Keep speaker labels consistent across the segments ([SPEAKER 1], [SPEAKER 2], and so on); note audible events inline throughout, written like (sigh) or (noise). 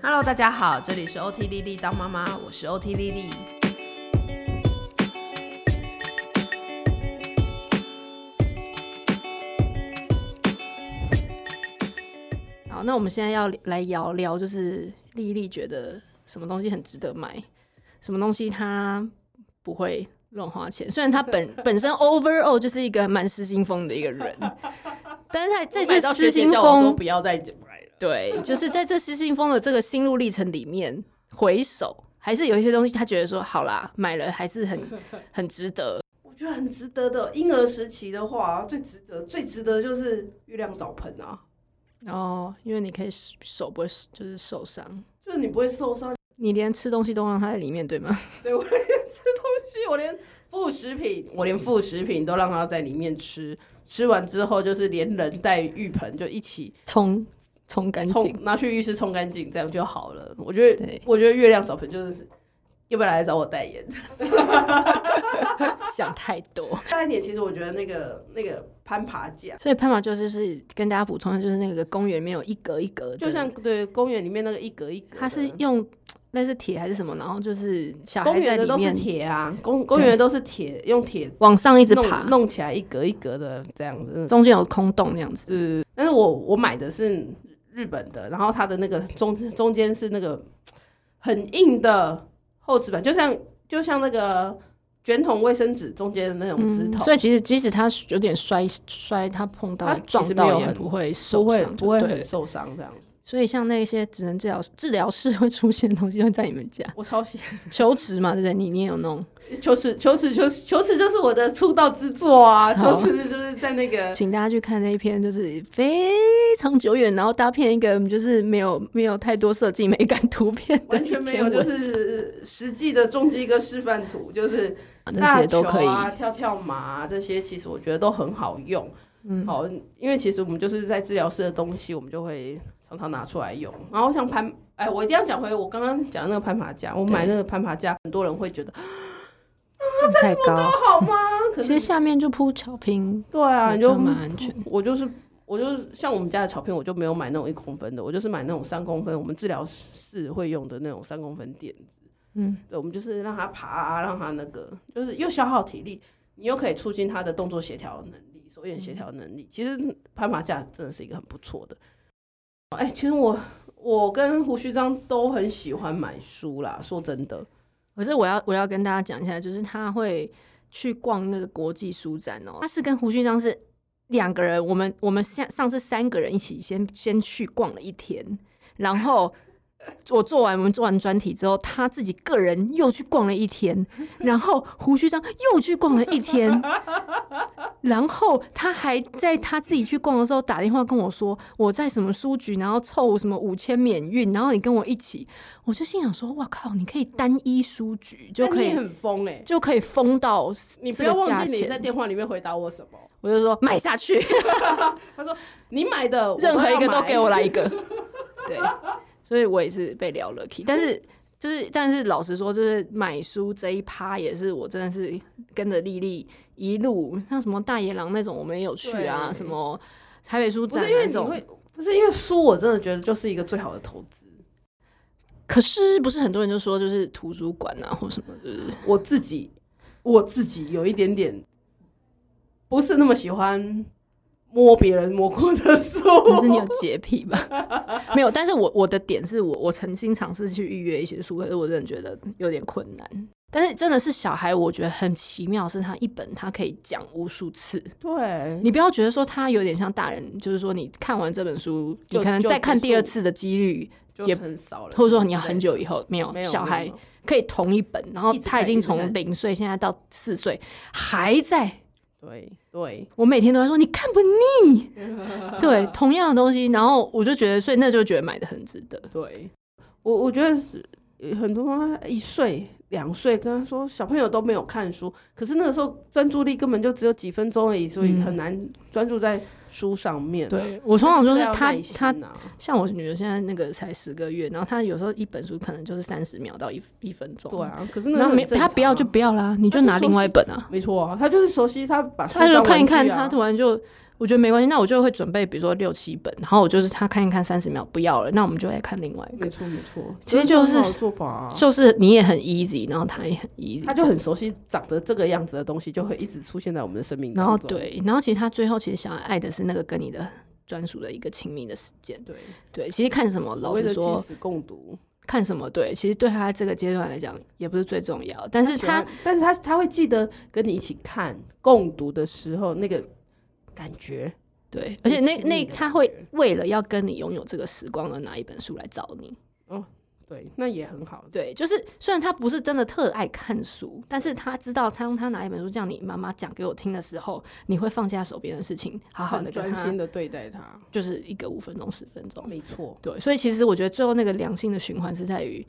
[SPEAKER 1] Hello，大家好，这里是 OT 丽丽当妈妈，我是 OT 丽丽。
[SPEAKER 2] 好，那我们现在要来聊聊，就是丽丽觉得什么东西很值得买，什么东西她不会乱花钱。虽然她本本身 overall 就是一个蛮失心疯的一个人，但是在这些失心疯，
[SPEAKER 3] 不要再买了。
[SPEAKER 2] 对，就是在这失心疯的这个心路历程里面，回首还是有一些东西，她觉得说好啦，买了还是很很值得。
[SPEAKER 3] 我觉得很值得的。婴儿时期的话，最值得、最值得就是月亮澡盆啊，
[SPEAKER 2] 哦，因为你可以手手不会就是受伤，
[SPEAKER 3] 就是你不会受伤。
[SPEAKER 2] 你连吃东西都让它在里面，对吗？ (laughs)
[SPEAKER 3] 对我连吃东西，我连副食品，我连副食品都让它在里面吃。吃完之后，就是连人带浴盆就一起
[SPEAKER 2] 冲冲干净
[SPEAKER 3] 冲。，拿去浴室冲干净，这样就好了。我觉得
[SPEAKER 2] 对，
[SPEAKER 3] 我觉得月亮澡盆就是。要不要来找我代言？
[SPEAKER 2] (laughs) 想太多。
[SPEAKER 3] 下一点，其实我觉得那个那个攀爬架，
[SPEAKER 2] 所以攀爬就是就是跟大家补充，的就是那个公园里面有一格一格的，
[SPEAKER 3] 就像对公园里面那个一格一格的，
[SPEAKER 2] 它是用那是铁还是什么，然后就是小
[SPEAKER 3] 公
[SPEAKER 2] 孩
[SPEAKER 3] 园
[SPEAKER 2] 在
[SPEAKER 3] 的
[SPEAKER 2] 里
[SPEAKER 3] 都是
[SPEAKER 2] 面
[SPEAKER 3] 铁啊，公公园的都是铁，用铁
[SPEAKER 2] 往上一直爬
[SPEAKER 3] 弄，弄起来一格一格的这样子。
[SPEAKER 2] 中间有空洞那样子。
[SPEAKER 3] 是，但是我我买的是日本的，然后它的那个中中间是那个很硬的厚纸板，就像就像那个卷筒卫生纸中间的那种直头，
[SPEAKER 2] 嗯所以其实即使它有点摔摔，它碰到
[SPEAKER 3] 它其
[SPEAKER 2] 撞
[SPEAKER 3] 实没
[SPEAKER 2] 到
[SPEAKER 3] 有
[SPEAKER 2] 也
[SPEAKER 3] 很
[SPEAKER 2] 不会
[SPEAKER 3] 不
[SPEAKER 2] 受
[SPEAKER 3] 会
[SPEAKER 2] 伤，
[SPEAKER 3] 不会
[SPEAKER 2] 对
[SPEAKER 3] 很受伤这样。
[SPEAKER 2] 所以像那些职能治疗治疗室会出现的东西，会在你们家
[SPEAKER 3] 我超喜 (laughs)
[SPEAKER 2] 求职嘛，对不对？你你也有弄，
[SPEAKER 3] 求此求此求此求此就是我的出道之作啊！
[SPEAKER 2] 好
[SPEAKER 3] 求此就是在那个
[SPEAKER 2] 请大家去看那一篇，就是非常久远，然后搭片一个就是没有没有太多设计美感图片的
[SPEAKER 3] 完
[SPEAKER 2] 一
[SPEAKER 3] 全没
[SPEAKER 2] 篇
[SPEAKER 3] 有，就
[SPEAKER 2] 文
[SPEAKER 3] 是实际的重击跟示范图，就是大
[SPEAKER 2] 啊那
[SPEAKER 3] 球
[SPEAKER 2] 些都可以。
[SPEAKER 3] 啊、跳跳麻、这些，其实我觉得都很好用。
[SPEAKER 2] 嗯
[SPEAKER 3] 好，因为其实我们就是在治疗室的东西，我们就会常常拿出来用。然后像攀，哎，我一定要讲回我刚刚讲的那个攀爬架，我买那个攀爬架，很多人会觉得
[SPEAKER 2] 太高，
[SPEAKER 3] 好吗？可
[SPEAKER 2] 其
[SPEAKER 3] 是
[SPEAKER 2] 实下面就铺草坪，
[SPEAKER 3] 对啊，
[SPEAKER 2] 对
[SPEAKER 3] 你
[SPEAKER 2] 就
[SPEAKER 3] 就
[SPEAKER 2] 蛮安全。
[SPEAKER 3] 我就是。我就是像我们家的草坪，我就没有买那种一公分的，我就是买那种三公分，我们治疗室会用的那种三公分垫子。
[SPEAKER 2] 嗯，
[SPEAKER 3] 对，我们就是让它爬啊，让它那个，就是又消耗体力，你又可以促进它的动作协调能力、手眼协调能力。其实攀爬架真的是一个很不错的。哎、其实我我跟胡须章都很喜欢买书啦，说真的，
[SPEAKER 2] 可是我要我要跟大家讲一下，就是他会去逛那个国际书展哦、他是跟胡旭章是两个人，我们我们上上次三个人一起先先去逛了一天，然后。我做完我们做完专题之后，他自己个人又去逛了一天，然后胡须章又去逛了一天，然后他还在他自己去逛的时候打电话跟我说，我在什么书局，然后凑什么五千免运，然后你跟我一起，我就心想说，哇靠，你可以单一书局就
[SPEAKER 3] 但
[SPEAKER 2] 可
[SPEAKER 3] 你
[SPEAKER 2] 以
[SPEAKER 3] 很疯哎、
[SPEAKER 2] 就可以封到
[SPEAKER 3] 你不
[SPEAKER 2] 这
[SPEAKER 3] 要
[SPEAKER 2] 个
[SPEAKER 3] 忘
[SPEAKER 2] 价
[SPEAKER 3] 记你在
[SPEAKER 2] 钱，
[SPEAKER 3] 电话里面回答我什么？
[SPEAKER 2] 我就说买下去，
[SPEAKER 3] 他说你买的我
[SPEAKER 2] 任何
[SPEAKER 3] 要
[SPEAKER 2] 一个都
[SPEAKER 3] 买
[SPEAKER 2] 给我来一个。 (laughs) 对，所以我也是被聊了 key，但是就是但是老实说，就是买书这一趴也是我真的是跟着丽丽一路，像什么大野狼那种我们也有去啊，
[SPEAKER 3] 对
[SPEAKER 2] 什么台北书
[SPEAKER 3] 不
[SPEAKER 2] 展啊
[SPEAKER 3] 是因为
[SPEAKER 2] 那
[SPEAKER 3] 你
[SPEAKER 2] 种。
[SPEAKER 3] 会，不是因为书，我真的觉得就是一个最好的投资。
[SPEAKER 2] 可是不是很多人就说就是图书馆啊或什么，就是
[SPEAKER 3] 我自己我自己有一点点不是那么喜欢摸别人摸过的书，
[SPEAKER 2] 可是你有洁癖吧？ (laughs) 没有，但是我我的点是我我曾经尝试去预约一些书，可是我真的觉得有点困难。但是真的是小孩，我觉得很奇妙，是他一本他可以讲无数次。
[SPEAKER 3] 对，
[SPEAKER 2] 你不要觉得说他有点像大人，就是说你看完这本书，你
[SPEAKER 3] 就
[SPEAKER 2] 可能
[SPEAKER 3] 就
[SPEAKER 2] 再看
[SPEAKER 3] 结束
[SPEAKER 2] 第二次的几率，
[SPEAKER 3] 就
[SPEAKER 2] 也
[SPEAKER 3] 很少了，
[SPEAKER 2] 或者说你要很久以后没有
[SPEAKER 3] 没有
[SPEAKER 2] 小孩
[SPEAKER 3] 没有
[SPEAKER 2] 可以同一本，然后
[SPEAKER 3] 一直
[SPEAKER 2] 他已
[SPEAKER 3] 看
[SPEAKER 2] 经
[SPEAKER 3] 一直
[SPEAKER 2] 从
[SPEAKER 3] 看
[SPEAKER 2] 零岁现在到四岁还在
[SPEAKER 3] 对对，
[SPEAKER 2] 我每天都在说你看不
[SPEAKER 3] (laughs)
[SPEAKER 2] 腻，对，同样的东西，然后我就觉得，所以那就觉得买的很值得。
[SPEAKER 3] 对，我我觉得是呃很多妈妈一岁、两岁跟他说小朋友都没有看书，可是那个时候专注力根本就只有几分钟而已，所以
[SPEAKER 2] 嗯
[SPEAKER 3] 很难专注在书上面啊。
[SPEAKER 2] 对我通常就是他他
[SPEAKER 3] 他
[SPEAKER 2] 像我女儿现在那个才十个月，然后她有时候一本书可能就是三十秒到一一分钟，
[SPEAKER 3] 对，啊，可是那
[SPEAKER 2] 然后
[SPEAKER 3] 很
[SPEAKER 2] 没
[SPEAKER 3] 正
[SPEAKER 2] 她不要就
[SPEAKER 3] 常啊
[SPEAKER 2] 不要啦，你
[SPEAKER 3] 她
[SPEAKER 2] 就
[SPEAKER 3] 就
[SPEAKER 2] 拿另外一本啊，
[SPEAKER 3] 没错啊，他就是熟悉他把书
[SPEAKER 2] 她就
[SPEAKER 3] 当
[SPEAKER 2] 看一
[SPEAKER 3] 玩具
[SPEAKER 2] 看，
[SPEAKER 3] 啊
[SPEAKER 2] 她突然就我觉得没关系，那我就会准备，比如说六七本，然后我就是他看一看三十秒不要了，那我们就来看另外一
[SPEAKER 3] 没
[SPEAKER 2] 个，
[SPEAKER 3] 错没错，
[SPEAKER 2] 其实
[SPEAKER 3] 这
[SPEAKER 2] 就是
[SPEAKER 3] 很好的做法啊。
[SPEAKER 2] 就是你也很 easy，然后他也很 easy，
[SPEAKER 3] 他就很熟悉长得这个样子的东西，就会一直出现在我们的生命
[SPEAKER 2] 然
[SPEAKER 3] 当
[SPEAKER 2] 后
[SPEAKER 3] 中。
[SPEAKER 2] 对，然后其实他最后其实想要爱的是那个跟你的专属的一个亲密的时间，
[SPEAKER 3] 对，
[SPEAKER 2] 对，其实看什么
[SPEAKER 3] 所
[SPEAKER 2] 老
[SPEAKER 3] 谓
[SPEAKER 2] 实
[SPEAKER 3] 的
[SPEAKER 2] 说
[SPEAKER 3] 亲子共读，
[SPEAKER 2] 看什么对，其实对他这个阶段来讲也不是最重要，但是
[SPEAKER 3] 喜
[SPEAKER 2] 他
[SPEAKER 3] 欢，但是他他会记得跟你一起看共读的时候那个感觉，
[SPEAKER 2] 对，而且那
[SPEAKER 3] 亲密
[SPEAKER 2] 那
[SPEAKER 3] 的
[SPEAKER 2] 他
[SPEAKER 3] 感
[SPEAKER 2] 会
[SPEAKER 3] 觉
[SPEAKER 2] 为了要跟你拥有这个时光而拿一本书来找你，
[SPEAKER 3] 对，那也很好。
[SPEAKER 2] 对，就是虽然他不是真的特爱看书，但是他知道当他拿一本书叫你妈妈讲给我听的时候，你会放下手边的事情，好好
[SPEAKER 3] 很
[SPEAKER 2] 的
[SPEAKER 3] 专心
[SPEAKER 2] 的，
[SPEAKER 3] 的对待他，
[SPEAKER 2] 就是一个五分钟十分钟，
[SPEAKER 3] 没错，
[SPEAKER 2] 对，所以其实我觉得最后那个良性的循环是在于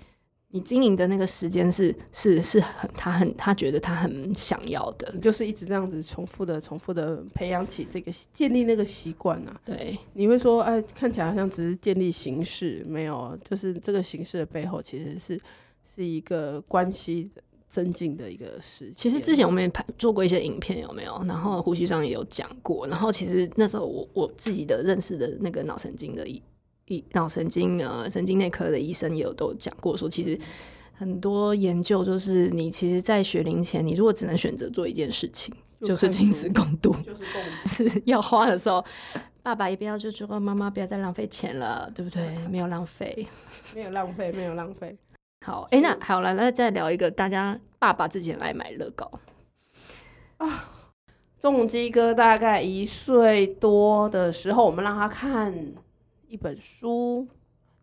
[SPEAKER 2] 你经营的那个时间是是是很他很他觉得他很想要的
[SPEAKER 3] 你，就是一直这样子重复的、重复的培养起这个习建立那个习惯啊。
[SPEAKER 2] 对
[SPEAKER 3] 你会说，哎，看起来好像只是建立形式，没有，就是这个形式的背后其实是是一个关系增进的一个事情。
[SPEAKER 2] 其实之前我们也拍做过一些影片，有没有？然后胡须章也有讲过。然后其实那时候我我自己的认识的那个脑神经的医医脑神经呃神经内科的医生也有都有讲过说，其实很多研究就是你其实，在学龄前，你如果只能选择做一件事情，
[SPEAKER 3] 就
[SPEAKER 2] 就是
[SPEAKER 3] 看
[SPEAKER 2] 亲子
[SPEAKER 3] 书
[SPEAKER 2] 共读，
[SPEAKER 3] 就是共
[SPEAKER 2] 是 (laughs) 要花的时候。爸爸也不要就说妈妈不要再浪费钱了，对不对？没有浪费。
[SPEAKER 3] 没有浪费，没有浪费。
[SPEAKER 2] 好，哎，那好了，那再聊一个，大家爸爸之前爱买乐高，
[SPEAKER 3] 重基哥大概一岁多的时候，我们让他看一本书，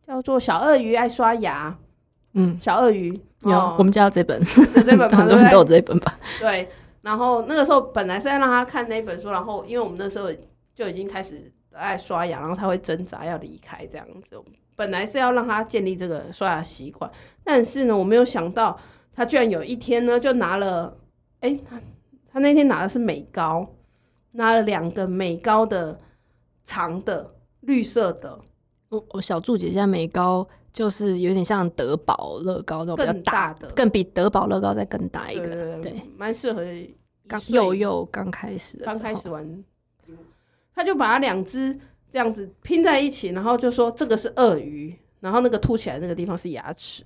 [SPEAKER 3] 叫做《小鳄鱼爱刷牙》。
[SPEAKER 2] 嗯，
[SPEAKER 3] 小鳄鱼
[SPEAKER 2] 有，
[SPEAKER 3] 哦
[SPEAKER 2] 我们家有这本，
[SPEAKER 3] 有这本嘛
[SPEAKER 2] (laughs) 很多
[SPEAKER 3] 对不
[SPEAKER 2] 人
[SPEAKER 3] 对
[SPEAKER 2] 都有这本吧？
[SPEAKER 3] 对，然后那个时候本来是要让他看那本书，然后因为我们那时候就已经开始爱刷牙，然后他会挣扎要离开这样子。本来是要让他建立这个刷牙习惯，但是呢，我没有想到他居然有一天呢，就拿了，哎、他他那天拿的是美膏，拿了两个美膏的长的绿色的，
[SPEAKER 2] 哦我我小注解一下，美高就是有点像德宝乐高那种比较
[SPEAKER 3] 更
[SPEAKER 2] 大，
[SPEAKER 3] 大的，
[SPEAKER 2] 更比德宝乐高再更大一
[SPEAKER 3] 对
[SPEAKER 2] 个，
[SPEAKER 3] 对
[SPEAKER 2] 对
[SPEAKER 3] 对，蛮适合一
[SPEAKER 2] 刚
[SPEAKER 3] 岁
[SPEAKER 2] 幼幼刚开始的时候，
[SPEAKER 3] 刚开始玩积木，他就把它两只这样子拼在一起，然后就说这个是鳄鱼，然后那个凸起来那个地方是牙齿。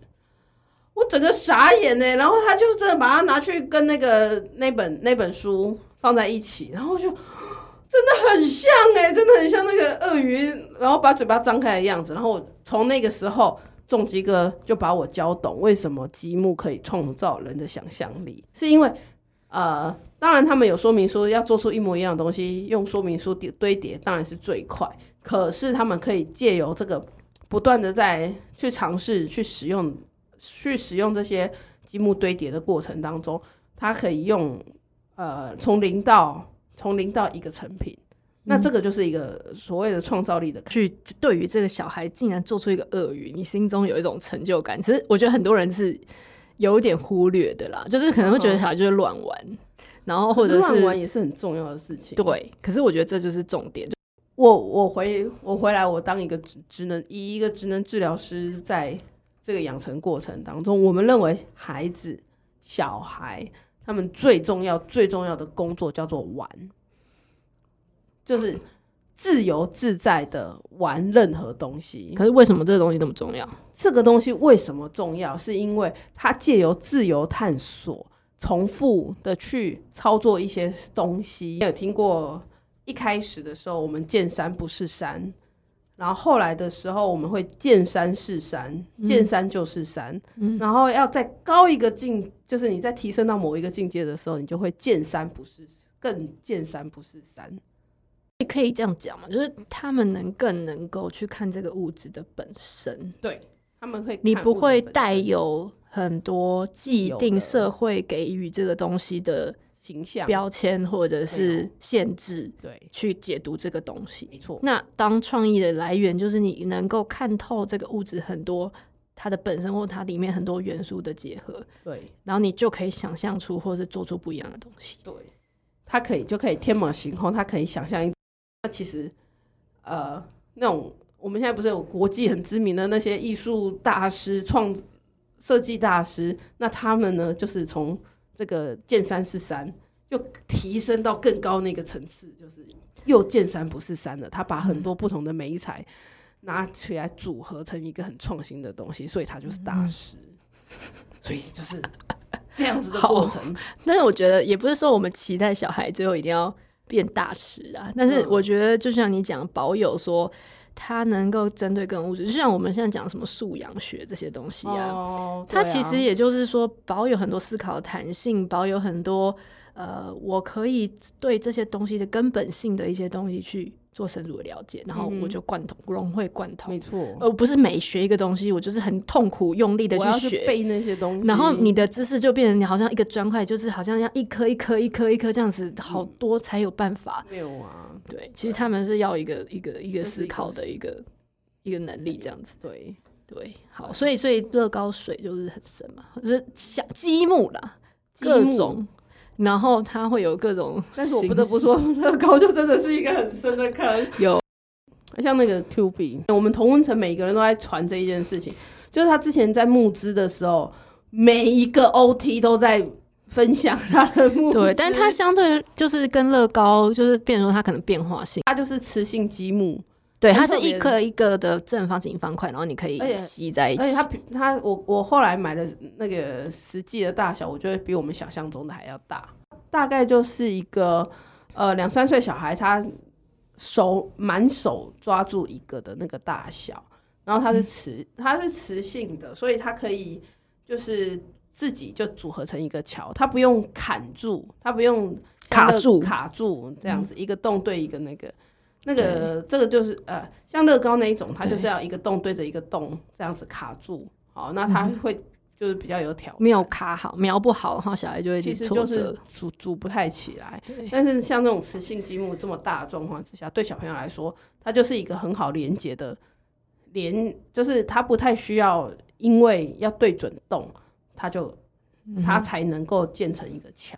[SPEAKER 3] 我整个傻眼呢、然后他就真的把它拿去跟那个那本那本书放在一起，然后就真的很像哎、真的很像那个鳄鱼，然后把嘴巴张开的样子。然后我从那个时候，重基哥就把我教懂为什么积木可以创造人的想象力，是因为呃，当然他们有说明说要做出一模一样的东西，用说明书叠堆叠当然是最快，可是他们可以借由这个不断的在去尝试、去使用、去使用这些积木堆叠的过程当中，它可以用呃从零到从零到一个成品。那这个就是一个所谓的创造力的
[SPEAKER 2] 去对于这个小孩竟然做出一个鳄鱼，你心中有一种成就感。其实我觉得很多人是有点忽略的啦，就是可能会觉得
[SPEAKER 3] 嗯哼
[SPEAKER 2] 小孩就是乱玩，然后或
[SPEAKER 3] 可
[SPEAKER 2] 者
[SPEAKER 3] 是乱
[SPEAKER 2] 是
[SPEAKER 3] 玩也是很重要的事情。
[SPEAKER 2] 对，可是我觉得这就是重点。
[SPEAKER 3] 嗯我我回我回来，我当一个职职能以一个职能治疗师，在这个养成过程当中，我们认为孩子、小孩他们最重要最重要的工作叫做玩，就是自由自在的玩任何东西。
[SPEAKER 2] 可是为什么这个东西那么重要？
[SPEAKER 3] 这个东西为什么重要？是因为它借由自由探索，重复的去操作一些东西。你有听过一开始的时候，我们见山不是山，然后后来的时候，我们会见山是山，见山就是山，
[SPEAKER 2] 嗯
[SPEAKER 3] 然后要再高一个境，就是你在提升到某一个境界的时候，你就会见山不是更见山不是山。
[SPEAKER 2] 也可以这样讲嘛，就是他们能更能够去看这个物质的本身，
[SPEAKER 3] 对，他们会
[SPEAKER 2] 你
[SPEAKER 3] 看
[SPEAKER 2] 不
[SPEAKER 3] 物的
[SPEAKER 2] 会
[SPEAKER 3] 本
[SPEAKER 2] 带
[SPEAKER 3] 身
[SPEAKER 2] 有很多既
[SPEAKER 3] 有
[SPEAKER 2] 定
[SPEAKER 3] 的
[SPEAKER 2] 社会给予这个东西的
[SPEAKER 3] 形象
[SPEAKER 2] 标签或者是限制
[SPEAKER 3] 对，
[SPEAKER 2] 去解读这个东西。
[SPEAKER 3] 没错，
[SPEAKER 2] 那当创意的来源就是你能够看透这个物质很多它的本身或它里面很多元素的结合，
[SPEAKER 3] 对。
[SPEAKER 2] 然后你就可以想象出或是做出不一样的东西。
[SPEAKER 3] 对，他可以就可以天马行空，他可以想象一。那其实，呃，那种我们现在不是有国际很知名的那些艺术大师、创设计大师，那他们呢，就是从这个见山是山，又提升到更高那个层次，就是又见山不是山了。他把很多不同的美材拿起来组合成一个很创新的东西，所以他就是大师。所以就是这样子的过程，
[SPEAKER 2] 但是我觉得也不是说我们期待小孩最后一定要变大师啊，但是
[SPEAKER 3] 嗯
[SPEAKER 2] 我觉得就像你讲，保有说他能够针对各种物质，就像我们现在讲什么素养学这些东西啊，
[SPEAKER 3] 哦，
[SPEAKER 2] 它
[SPEAKER 3] 对啊
[SPEAKER 2] 其实也就是说保有很多思考的弹性，保有很多呃，我可以对这些东西的根本性的一些东西去做深入的了解，然后
[SPEAKER 3] 嗯哼
[SPEAKER 2] 我就贯通融会贯
[SPEAKER 3] 没
[SPEAKER 2] 通。
[SPEAKER 3] 错，
[SPEAKER 2] 而不是每学一个东西，我就是很痛苦用力的
[SPEAKER 3] 我要
[SPEAKER 2] 去
[SPEAKER 3] 去
[SPEAKER 2] 学，
[SPEAKER 3] 背那些东西，
[SPEAKER 2] 然后你的知识就变成你好像一个砖块，就是好像要一颗一颗一颗一颗这样子，好多才有办法。
[SPEAKER 3] 没有嗯啊？
[SPEAKER 2] 对，其实他们是要一个一个一个
[SPEAKER 3] 这是
[SPEAKER 2] 思
[SPEAKER 3] 一个
[SPEAKER 2] 考的一个一个能力这样子。
[SPEAKER 3] 对，
[SPEAKER 2] 对，好，所以所以乐高水就是很深嘛，就是像积木啦，
[SPEAKER 3] 积
[SPEAKER 2] 各
[SPEAKER 3] 木
[SPEAKER 2] 种，然后它会有各种形
[SPEAKER 3] 但
[SPEAKER 2] 式，
[SPEAKER 3] 是我不得不说，乐高就真的是一个很深的坑。
[SPEAKER 2] 有
[SPEAKER 3] 像那个 Q B，我们同温层每个人都在传这一件事情，就是他之前在募资的时候，每一个 O T 都在分享他的募资，
[SPEAKER 2] 对，但是它相对就是跟乐高就是变成说它可能变化性，
[SPEAKER 3] 他就是雌性积木，
[SPEAKER 2] 对，
[SPEAKER 3] 很
[SPEAKER 2] 它
[SPEAKER 3] 特
[SPEAKER 2] 是一
[SPEAKER 3] 别
[SPEAKER 2] 颗一个的正方形方块，然后你可以
[SPEAKER 3] 而且
[SPEAKER 2] 吸在一
[SPEAKER 3] 而且
[SPEAKER 2] 起
[SPEAKER 3] 他。他我我后来买的那个实际的大小，我觉得比我们想象中的还要大，大概就是一个呃两三岁小孩他手满手抓住一个的那个大小，然后它是
[SPEAKER 2] 嗯
[SPEAKER 3] 磁它是磁性的，所以它可以就是自己就组合成一个桥，它不用砍住，它不用
[SPEAKER 2] 卡
[SPEAKER 3] 像乐
[SPEAKER 2] 住嗯
[SPEAKER 3] 卡住这样子、一个洞对一个那个。那个这个就是呃，像乐高那一种，它就是
[SPEAKER 2] 对
[SPEAKER 3] 要一个洞对着一个洞这样子卡住，好，那
[SPEAKER 2] 嗯
[SPEAKER 3] 它会就是比较有挑
[SPEAKER 2] 没有卡好、瞄不好的话，小孩就会
[SPEAKER 3] 其实
[SPEAKER 2] 挫
[SPEAKER 3] 就是
[SPEAKER 2] 折。
[SPEAKER 3] 组组不太起来
[SPEAKER 2] 对。
[SPEAKER 3] 但是像这种磁性积木这么大的状况之下，对小朋友来说，它就是一个很好连接的连，就是它不太需要因为要对准洞，它就
[SPEAKER 2] 嗯
[SPEAKER 3] 它才能够建成一个桥。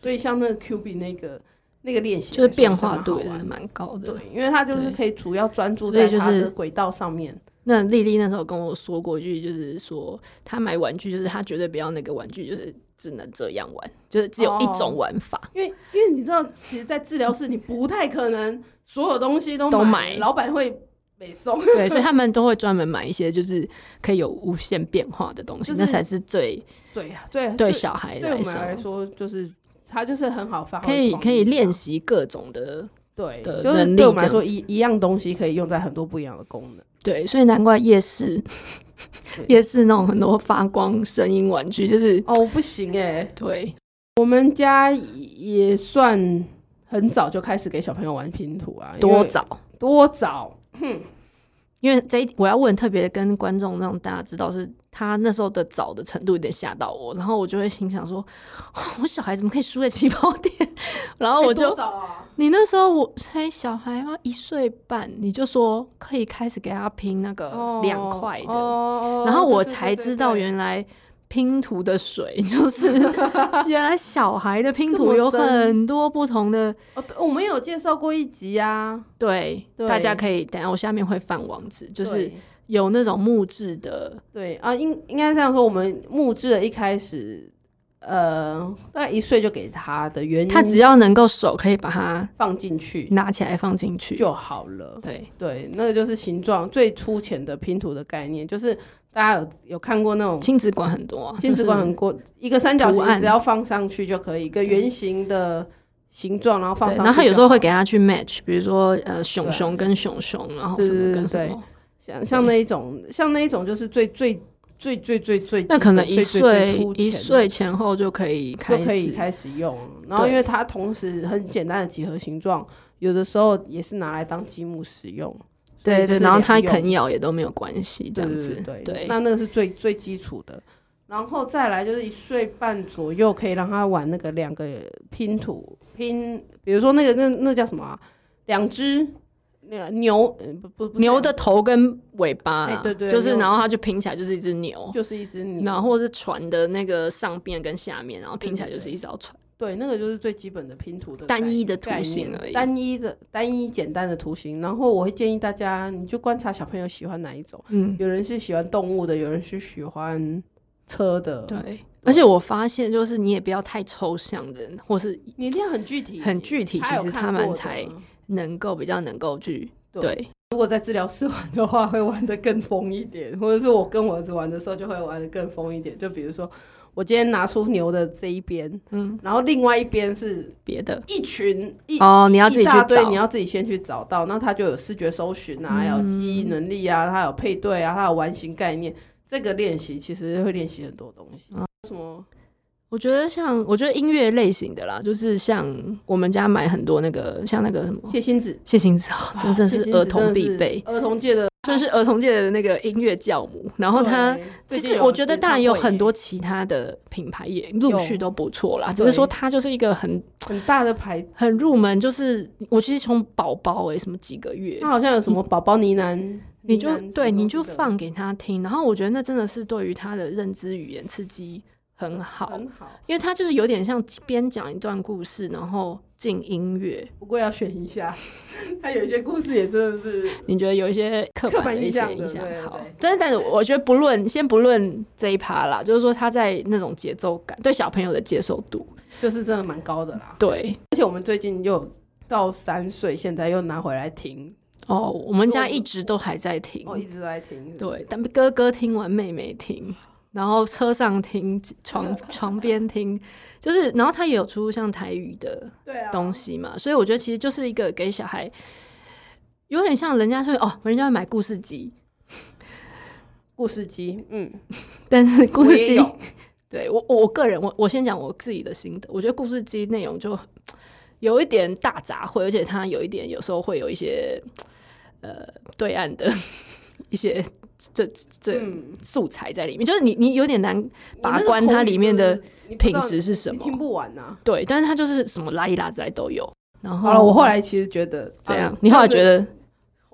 [SPEAKER 3] 所以像那个 Q B 那个那个练习
[SPEAKER 2] 就是
[SPEAKER 3] 来说
[SPEAKER 2] 变化度
[SPEAKER 3] 是
[SPEAKER 2] 也
[SPEAKER 3] 蛮好玩
[SPEAKER 2] 是
[SPEAKER 3] 的
[SPEAKER 2] 蛮高的。
[SPEAKER 3] 对，因为它就是
[SPEAKER 2] 对
[SPEAKER 3] 可以主要专注
[SPEAKER 2] 所
[SPEAKER 3] 在
[SPEAKER 2] 以就
[SPEAKER 3] 它
[SPEAKER 2] 是
[SPEAKER 3] 的轨道上面。
[SPEAKER 2] 那丽丽那时候跟我说过一句，就是说她买玩具，就是她绝对不要那个玩具，就是只能这样玩，就是只有一种玩法。
[SPEAKER 3] 因为因为你知道，其实，在治疗室你不太可能所有东西都
[SPEAKER 2] 都买
[SPEAKER 3] 老板会没送。
[SPEAKER 2] (laughs)
[SPEAKER 3] (laughs)
[SPEAKER 2] (laughs) 对，所以他们都会专门买一些就是可以有无限变化的东西，
[SPEAKER 3] 就是
[SPEAKER 2] 那才是最
[SPEAKER 3] 对呀，对
[SPEAKER 2] 对
[SPEAKER 3] 就
[SPEAKER 2] 小孩
[SPEAKER 3] 对我
[SPEAKER 2] 来
[SPEAKER 3] 们来
[SPEAKER 2] 说。
[SPEAKER 3] 说，就是他就是很好发挥
[SPEAKER 2] 可
[SPEAKER 3] 创意
[SPEAKER 2] 以
[SPEAKER 3] 啊，
[SPEAKER 2] 可以练习各种的，
[SPEAKER 3] 对，
[SPEAKER 2] 的
[SPEAKER 3] 就是
[SPEAKER 2] 能
[SPEAKER 3] 对
[SPEAKER 2] 力
[SPEAKER 3] 我们来
[SPEAKER 2] 这
[SPEAKER 3] 说
[SPEAKER 2] 样
[SPEAKER 3] 一一样东西可以用在很多不一样的功能。
[SPEAKER 2] 对，所以难怪夜市 (laughs)
[SPEAKER 3] 对
[SPEAKER 2] 夜市那种很多发光声音玩具，就是
[SPEAKER 3] 哦，不
[SPEAKER 2] 嗯
[SPEAKER 3] 行哎、
[SPEAKER 2] 对，
[SPEAKER 3] 我们家也算很早就开始给小朋友玩拼图啊，因
[SPEAKER 2] 多
[SPEAKER 3] 为
[SPEAKER 2] 早
[SPEAKER 3] 多早？
[SPEAKER 2] 因为这一我要问特别跟观众让大家知道是，他那时候的早的程度有点吓到我，然后我就会心想说，哦我小孩怎么可以输在起跑点？ (laughs) 然后哦我
[SPEAKER 3] 多
[SPEAKER 2] 就
[SPEAKER 3] 早啊？
[SPEAKER 2] 你那时候我才小孩要一岁半，你就说可以开始给他拼那个呃两块的，
[SPEAKER 3] 哦
[SPEAKER 2] 然后
[SPEAKER 3] 对
[SPEAKER 2] 我
[SPEAKER 3] 对对
[SPEAKER 2] 才
[SPEAKER 3] 对
[SPEAKER 2] 知道
[SPEAKER 3] 对
[SPEAKER 2] 原来。拼图的水 (laughs) 就是
[SPEAKER 3] (laughs)
[SPEAKER 2] 原来小孩的拼
[SPEAKER 3] 这
[SPEAKER 2] 图
[SPEAKER 3] 么
[SPEAKER 2] 有
[SPEAKER 3] 深
[SPEAKER 2] 很多不同的，
[SPEAKER 3] 哦，对我们有介绍过一集啊，
[SPEAKER 2] 对，
[SPEAKER 3] 对
[SPEAKER 2] 大家可以等一下我下面会放网址，就是
[SPEAKER 3] 对
[SPEAKER 2] 有那种木质的
[SPEAKER 3] 对啊，应应该这样说，我们木质的一开始，呃，大概一岁就给他的原因，
[SPEAKER 2] 他只要能够手可以把它
[SPEAKER 3] 放进去
[SPEAKER 2] 拿起来放进去，
[SPEAKER 3] 就好了。
[SPEAKER 2] 对，
[SPEAKER 3] 对，那个就是形状最粗浅的拼图的概念，就是大家有有看过那种
[SPEAKER 2] 亲子馆很多、啊，
[SPEAKER 3] 亲子馆
[SPEAKER 2] 就是
[SPEAKER 3] 很过，一个三角
[SPEAKER 2] 图
[SPEAKER 3] 形
[SPEAKER 2] 案
[SPEAKER 3] 只要放上去就可以，一个圆形的形状，然后放上
[SPEAKER 2] 对，
[SPEAKER 3] 去就好。
[SPEAKER 2] 然后他有时候会给他去 match，比如说呃
[SPEAKER 3] 对
[SPEAKER 2] 熊
[SPEAKER 3] 啊
[SPEAKER 2] 熊跟熊熊，然后
[SPEAKER 3] 对
[SPEAKER 2] 什么
[SPEAKER 3] 对
[SPEAKER 2] 跟什
[SPEAKER 3] 对
[SPEAKER 2] 么，
[SPEAKER 3] 像像那一种，像那一种就是最最最最最最
[SPEAKER 2] 那
[SPEAKER 3] 基
[SPEAKER 2] 可能
[SPEAKER 3] 本
[SPEAKER 2] 一
[SPEAKER 3] 最最最
[SPEAKER 2] 岁
[SPEAKER 3] 粗
[SPEAKER 2] 一
[SPEAKER 3] 浅的
[SPEAKER 2] 岁前后就可以
[SPEAKER 3] 就
[SPEAKER 2] 开
[SPEAKER 3] 可以
[SPEAKER 2] 始，
[SPEAKER 3] 开始用。然后，因为它同时很简单的几何形状，有的时候也是拿来当积木使用。所以
[SPEAKER 2] 对
[SPEAKER 3] 就
[SPEAKER 2] 对，
[SPEAKER 3] 是
[SPEAKER 2] 然后
[SPEAKER 3] 两
[SPEAKER 2] 他
[SPEAKER 3] 用
[SPEAKER 2] 啃咬也都没有关系，
[SPEAKER 3] 对
[SPEAKER 2] 这样
[SPEAKER 3] 对
[SPEAKER 2] 子
[SPEAKER 3] 对，对
[SPEAKER 2] 对
[SPEAKER 3] 那那个是最最基础的。然后再来就是一岁半左右，可以让他玩那个两个拼图拼，比如说那个那那叫什么啊、两只那个牛，呃不不不是
[SPEAKER 2] 牛
[SPEAKER 3] 两
[SPEAKER 2] 的头跟尾巴
[SPEAKER 3] 哎
[SPEAKER 2] 啦，
[SPEAKER 3] 对对
[SPEAKER 2] 就是
[SPEAKER 3] 牛
[SPEAKER 2] 然后他就拼起来就是一只牛
[SPEAKER 3] 只，就是一只牛，
[SPEAKER 2] 然后或者是船的那个上边跟下面，然后拼起来
[SPEAKER 3] 对对
[SPEAKER 2] 就是
[SPEAKER 3] 对
[SPEAKER 2] 一条船，
[SPEAKER 3] 对，那个就是最基本的拼图的
[SPEAKER 2] 单
[SPEAKER 3] 概
[SPEAKER 2] 一的
[SPEAKER 3] 概
[SPEAKER 2] 图形
[SPEAKER 3] 念
[SPEAKER 2] 而已，
[SPEAKER 3] 单一的单一简单的图形。然后我会建议大家，你就观察小朋友喜欢哪一种。
[SPEAKER 2] 嗯，
[SPEAKER 3] 有人是喜欢动物的，有人是喜欢车的，
[SPEAKER 2] 对，而且我发现就是你也不要太抽象的，或是
[SPEAKER 3] 你一定要很具体，
[SPEAKER 2] 很具体
[SPEAKER 3] 他有
[SPEAKER 2] 其实
[SPEAKER 3] 看
[SPEAKER 2] 他们
[SPEAKER 3] 过的
[SPEAKER 2] 才能够比较能够去
[SPEAKER 3] 对
[SPEAKER 2] 对
[SPEAKER 3] 如果在治疗室玩的话，会玩的更疯一点，或者是我跟我儿子玩的时候，就会玩的更疯一点。就比如说，我今天拿出牛的这一边，
[SPEAKER 2] 嗯
[SPEAKER 3] 然后另外一边是
[SPEAKER 2] 别的
[SPEAKER 3] 一群一
[SPEAKER 2] 哦，你要自己
[SPEAKER 3] 一
[SPEAKER 2] 去
[SPEAKER 3] 大堆，
[SPEAKER 2] 找，
[SPEAKER 3] 你要自己先去找到，那他就有视觉搜寻啊，
[SPEAKER 2] 嗯
[SPEAKER 3] 要有记忆能力啊，他有配对啊，他有完形概念。这个练习其实会练习很多东西，
[SPEAKER 2] 嗯
[SPEAKER 3] 什么
[SPEAKER 2] 我觉得像我觉得音乐类型的啦，就是像我们家买很多那个像那个什么
[SPEAKER 3] 谢欣子，
[SPEAKER 2] 谢欣子啊，真的
[SPEAKER 3] 谢欣
[SPEAKER 2] 是
[SPEAKER 3] 子
[SPEAKER 2] 儿童必
[SPEAKER 3] 真的是
[SPEAKER 2] 备，
[SPEAKER 3] 儿童界的。
[SPEAKER 2] 就是儿童界的那个音乐教母。然后他
[SPEAKER 3] 对
[SPEAKER 2] 其
[SPEAKER 3] 最近
[SPEAKER 2] 实
[SPEAKER 3] 有
[SPEAKER 2] 我觉得
[SPEAKER 3] 演
[SPEAKER 2] 当然
[SPEAKER 3] 唱
[SPEAKER 2] 有
[SPEAKER 3] 会
[SPEAKER 2] 很
[SPEAKER 3] 耶
[SPEAKER 2] 多其他的品牌也陆续
[SPEAKER 3] 有啊
[SPEAKER 2] 都不错啦，只是说
[SPEAKER 3] 对
[SPEAKER 2] 它就是一个很
[SPEAKER 3] 很大的牌子，
[SPEAKER 2] 很入门，就是我其实从宝宝欸诶什么几个月
[SPEAKER 3] 它，好像有什么宝宝呢喃，
[SPEAKER 2] 你
[SPEAKER 3] 呢
[SPEAKER 2] 就
[SPEAKER 3] 喃
[SPEAKER 2] 对
[SPEAKER 3] 什么东
[SPEAKER 2] 你就
[SPEAKER 3] 西的
[SPEAKER 2] 放给他听，然后我觉得那真的是对于他的认知语言刺激很好。
[SPEAKER 3] 很好。
[SPEAKER 2] 因为他就是有点像边讲一段故事，然后进音乐，
[SPEAKER 3] 不过要选一
[SPEAKER 2] (laughs)
[SPEAKER 3] 下，他有一些故事也真的是
[SPEAKER 2] 你觉得有一些刻
[SPEAKER 3] 刻
[SPEAKER 2] 板
[SPEAKER 3] 板
[SPEAKER 2] 的
[SPEAKER 3] 印
[SPEAKER 2] 一些
[SPEAKER 3] 象的
[SPEAKER 2] 影响
[SPEAKER 3] 对？
[SPEAKER 2] 好
[SPEAKER 3] 对，
[SPEAKER 2] 但但是我觉得不论先不论这一趴啦，就是说他在那种节奏感对小朋友的接受度，
[SPEAKER 3] 就是真的蛮高的啦。
[SPEAKER 2] 对
[SPEAKER 3] 而且我们最近又到三岁，现在又拿回来听，哦
[SPEAKER 2] 哦，我们家一直都还在听，
[SPEAKER 3] 我一直都在听。
[SPEAKER 2] 对，但哥哥听完，妹妹听，然后车上听， (laughs)
[SPEAKER 3] (laughs)
[SPEAKER 2] 床床边听，就是然后他也有出像台语的
[SPEAKER 3] 对啊，
[SPEAKER 2] 东西嘛，所以我觉得其实就是一个给小孩，有点像人家会哦，人家会买故事机，
[SPEAKER 3] 故事机，嗯，
[SPEAKER 2] 但是故
[SPEAKER 3] 我
[SPEAKER 2] 事
[SPEAKER 3] 也
[SPEAKER 2] 机，
[SPEAKER 3] 有
[SPEAKER 2] 对我我我个人，我我先讲我自己的心得，我觉得故事机内容就有一点大杂烩，而且它有一点有时候会有一些呃对岸的 (laughs) 一些这这
[SPEAKER 3] 嗯
[SPEAKER 2] 素材在里面，就是你你有点难把
[SPEAKER 3] 我那个
[SPEAKER 2] 关
[SPEAKER 3] 口
[SPEAKER 2] 它
[SPEAKER 3] 语
[SPEAKER 2] 里面
[SPEAKER 3] 就
[SPEAKER 2] 的
[SPEAKER 3] 是你不知
[SPEAKER 2] 品
[SPEAKER 3] 道
[SPEAKER 2] 质是什
[SPEAKER 3] 你
[SPEAKER 2] 么
[SPEAKER 3] 听，不完呐。
[SPEAKER 2] 对，但是它就是什么拉一拉杂都有。然后
[SPEAKER 3] 好了，我后来其实觉得
[SPEAKER 2] 怎样
[SPEAKER 3] 啊？
[SPEAKER 2] 哦你后来觉
[SPEAKER 3] 这样子
[SPEAKER 2] 得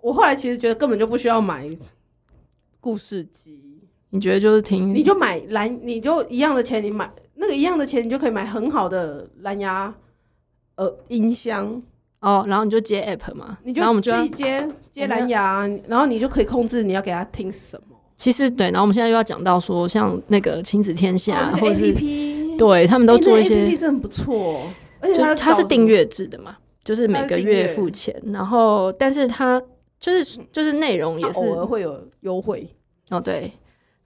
[SPEAKER 3] 我后来其实觉得根本就不需要买故事机，
[SPEAKER 2] 你觉得就是听
[SPEAKER 3] 你就买蓝，你就一样的钱，你买那个一样的钱，你就可以买很好的蓝牙呃音箱，
[SPEAKER 2] 哦，然后你就接 app 嘛，
[SPEAKER 3] 你就
[SPEAKER 2] 然后我们就
[SPEAKER 3] 自
[SPEAKER 2] 要
[SPEAKER 3] 己接接
[SPEAKER 2] 我们要
[SPEAKER 3] 蓝牙，然后你就可以控制你要给他听什么，
[SPEAKER 2] 其实对，然后我们现在又要讲到说像那个亲子天
[SPEAKER 3] 哦
[SPEAKER 2] 下、
[SPEAKER 3] 那
[SPEAKER 2] 或
[SPEAKER 3] 个
[SPEAKER 2] 者是
[SPEAKER 3] APP，
[SPEAKER 2] 对他们都
[SPEAKER 3] 哎诶那
[SPEAKER 2] 做一
[SPEAKER 3] APP
[SPEAKER 2] 些，
[SPEAKER 3] 真的很不错，哦而且
[SPEAKER 2] 就
[SPEAKER 3] 它
[SPEAKER 2] 它是
[SPEAKER 3] 找
[SPEAKER 2] 订阅制的嘛，就是
[SPEAKER 3] 它
[SPEAKER 2] 每
[SPEAKER 3] 是
[SPEAKER 2] 个
[SPEAKER 3] 订
[SPEAKER 2] 月
[SPEAKER 3] 阅
[SPEAKER 2] 付钱，然后但是它就是就是内容
[SPEAKER 3] 什么，
[SPEAKER 2] 也
[SPEAKER 3] 它
[SPEAKER 2] 是
[SPEAKER 3] 偶尔会有优惠，
[SPEAKER 2] 哦对，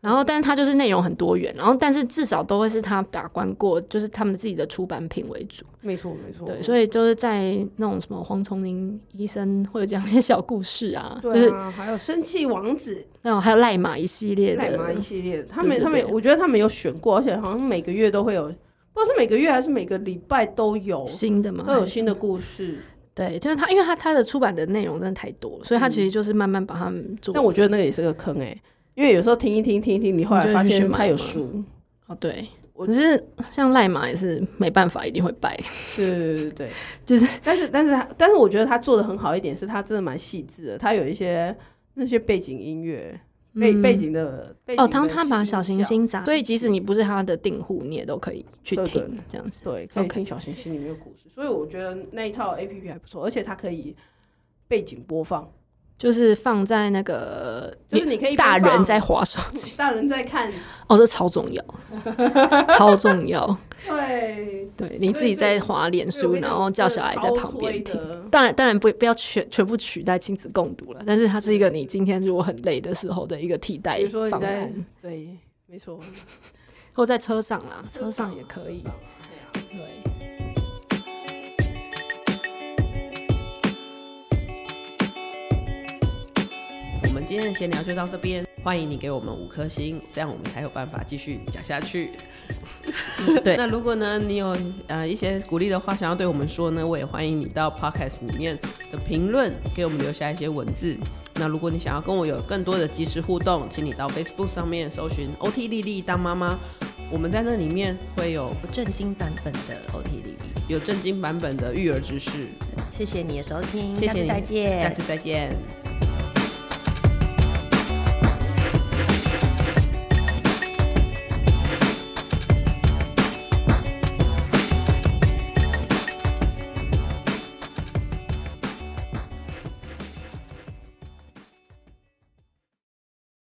[SPEAKER 2] 然后但是它就是内容很多元，然后但是至少都会是他把关过，就是他们自己的出版品为主，
[SPEAKER 3] 没错没错，
[SPEAKER 2] 对，所以就是在那种什么黄崇林医生会有讲一些小故事啊，就
[SPEAKER 3] 对
[SPEAKER 2] 是
[SPEAKER 3] 啊，还有生气王子、
[SPEAKER 2] 那种还有赖马一系列
[SPEAKER 3] 奶妈
[SPEAKER 2] 的
[SPEAKER 3] 一，系列，他
[SPEAKER 2] 对
[SPEAKER 3] 们
[SPEAKER 2] 对
[SPEAKER 3] 他们
[SPEAKER 2] 对，
[SPEAKER 3] 我觉得他们有选过，而且好像每个月都会有，不知道是每个月还是每个礼拜都有，
[SPEAKER 2] 新的嘛，
[SPEAKER 3] 都有新的故事。
[SPEAKER 2] 对，就是他，因为他他的出版的内容真的太多了，所以他
[SPEAKER 3] 嗯
[SPEAKER 2] 其实就是慢慢把他们做。
[SPEAKER 3] 但我觉得那个也是个坑哎、因为有时候听一听听一听，你后来发
[SPEAKER 2] 你就会去
[SPEAKER 3] 现
[SPEAKER 2] 买
[SPEAKER 3] 它有
[SPEAKER 2] 吗
[SPEAKER 3] 书，
[SPEAKER 2] 哦，对，
[SPEAKER 3] 我
[SPEAKER 2] 可是像赖马也是没办法，一定会败。
[SPEAKER 3] 对对对对，
[SPEAKER 2] (laughs) 就是
[SPEAKER 3] 但是但是它但是我觉得他做的很好一点是，他真的蛮细致的，他有一些那些背景音乐、背背景的背景
[SPEAKER 2] 嗯
[SPEAKER 3] 的
[SPEAKER 2] 哦，他他把
[SPEAKER 3] 音
[SPEAKER 2] 小行
[SPEAKER 3] 效
[SPEAKER 2] 星砸，所以即使你不是他的订户，你也都可以去
[SPEAKER 3] 对对
[SPEAKER 2] 听这样子。
[SPEAKER 3] 对，可以
[SPEAKER 2] OK
[SPEAKER 3] 听小行星里面的故事，所以我觉得那一套 A P P 还不错，而且它可以背景播放，
[SPEAKER 2] 就是放在那个
[SPEAKER 3] 就是你可以
[SPEAKER 2] 大
[SPEAKER 3] 播放
[SPEAKER 2] 人在划手机，
[SPEAKER 3] 大人在看，
[SPEAKER 2] 哦，这超重要， (laughs) 超重要。
[SPEAKER 3] 对，
[SPEAKER 2] 对，你自己在划脸
[SPEAKER 3] 所以
[SPEAKER 2] 书，
[SPEAKER 3] 我跟你
[SPEAKER 2] 然
[SPEAKER 3] 讲
[SPEAKER 2] 后叫小孩在旁边听。当然，当然不不要全全部取代亲子共读了，但是它是一个你今天如果很累的时候的一个替代
[SPEAKER 3] 比如说你
[SPEAKER 2] 方
[SPEAKER 3] 在
[SPEAKER 2] 案，
[SPEAKER 3] 对，没错，
[SPEAKER 2] 或在车上啦，车上也可以。对。
[SPEAKER 1] 我们今天的闲聊就到这边，欢迎你给我们五颗星，这样我们才有办法继续讲下去。
[SPEAKER 2] 对
[SPEAKER 1] 那如果呢，你有呃一些鼓励的话想要对我们说呢，我也欢迎你到 Podcast 里面的评论给我们留下一些文字。那如果你想要跟我有更多的即时互动，请你到 Facebook 上面搜寻 OT 丽丽当妈妈，我们在那里面会有
[SPEAKER 4] 不正经版本的 OT 丽丽。
[SPEAKER 1] 有正经版本的育儿知识。
[SPEAKER 4] 谢谢你的收听，
[SPEAKER 1] 谢
[SPEAKER 4] 嗯下
[SPEAKER 1] 谢
[SPEAKER 4] 次
[SPEAKER 1] 你，
[SPEAKER 4] 再见，
[SPEAKER 1] 下次再见。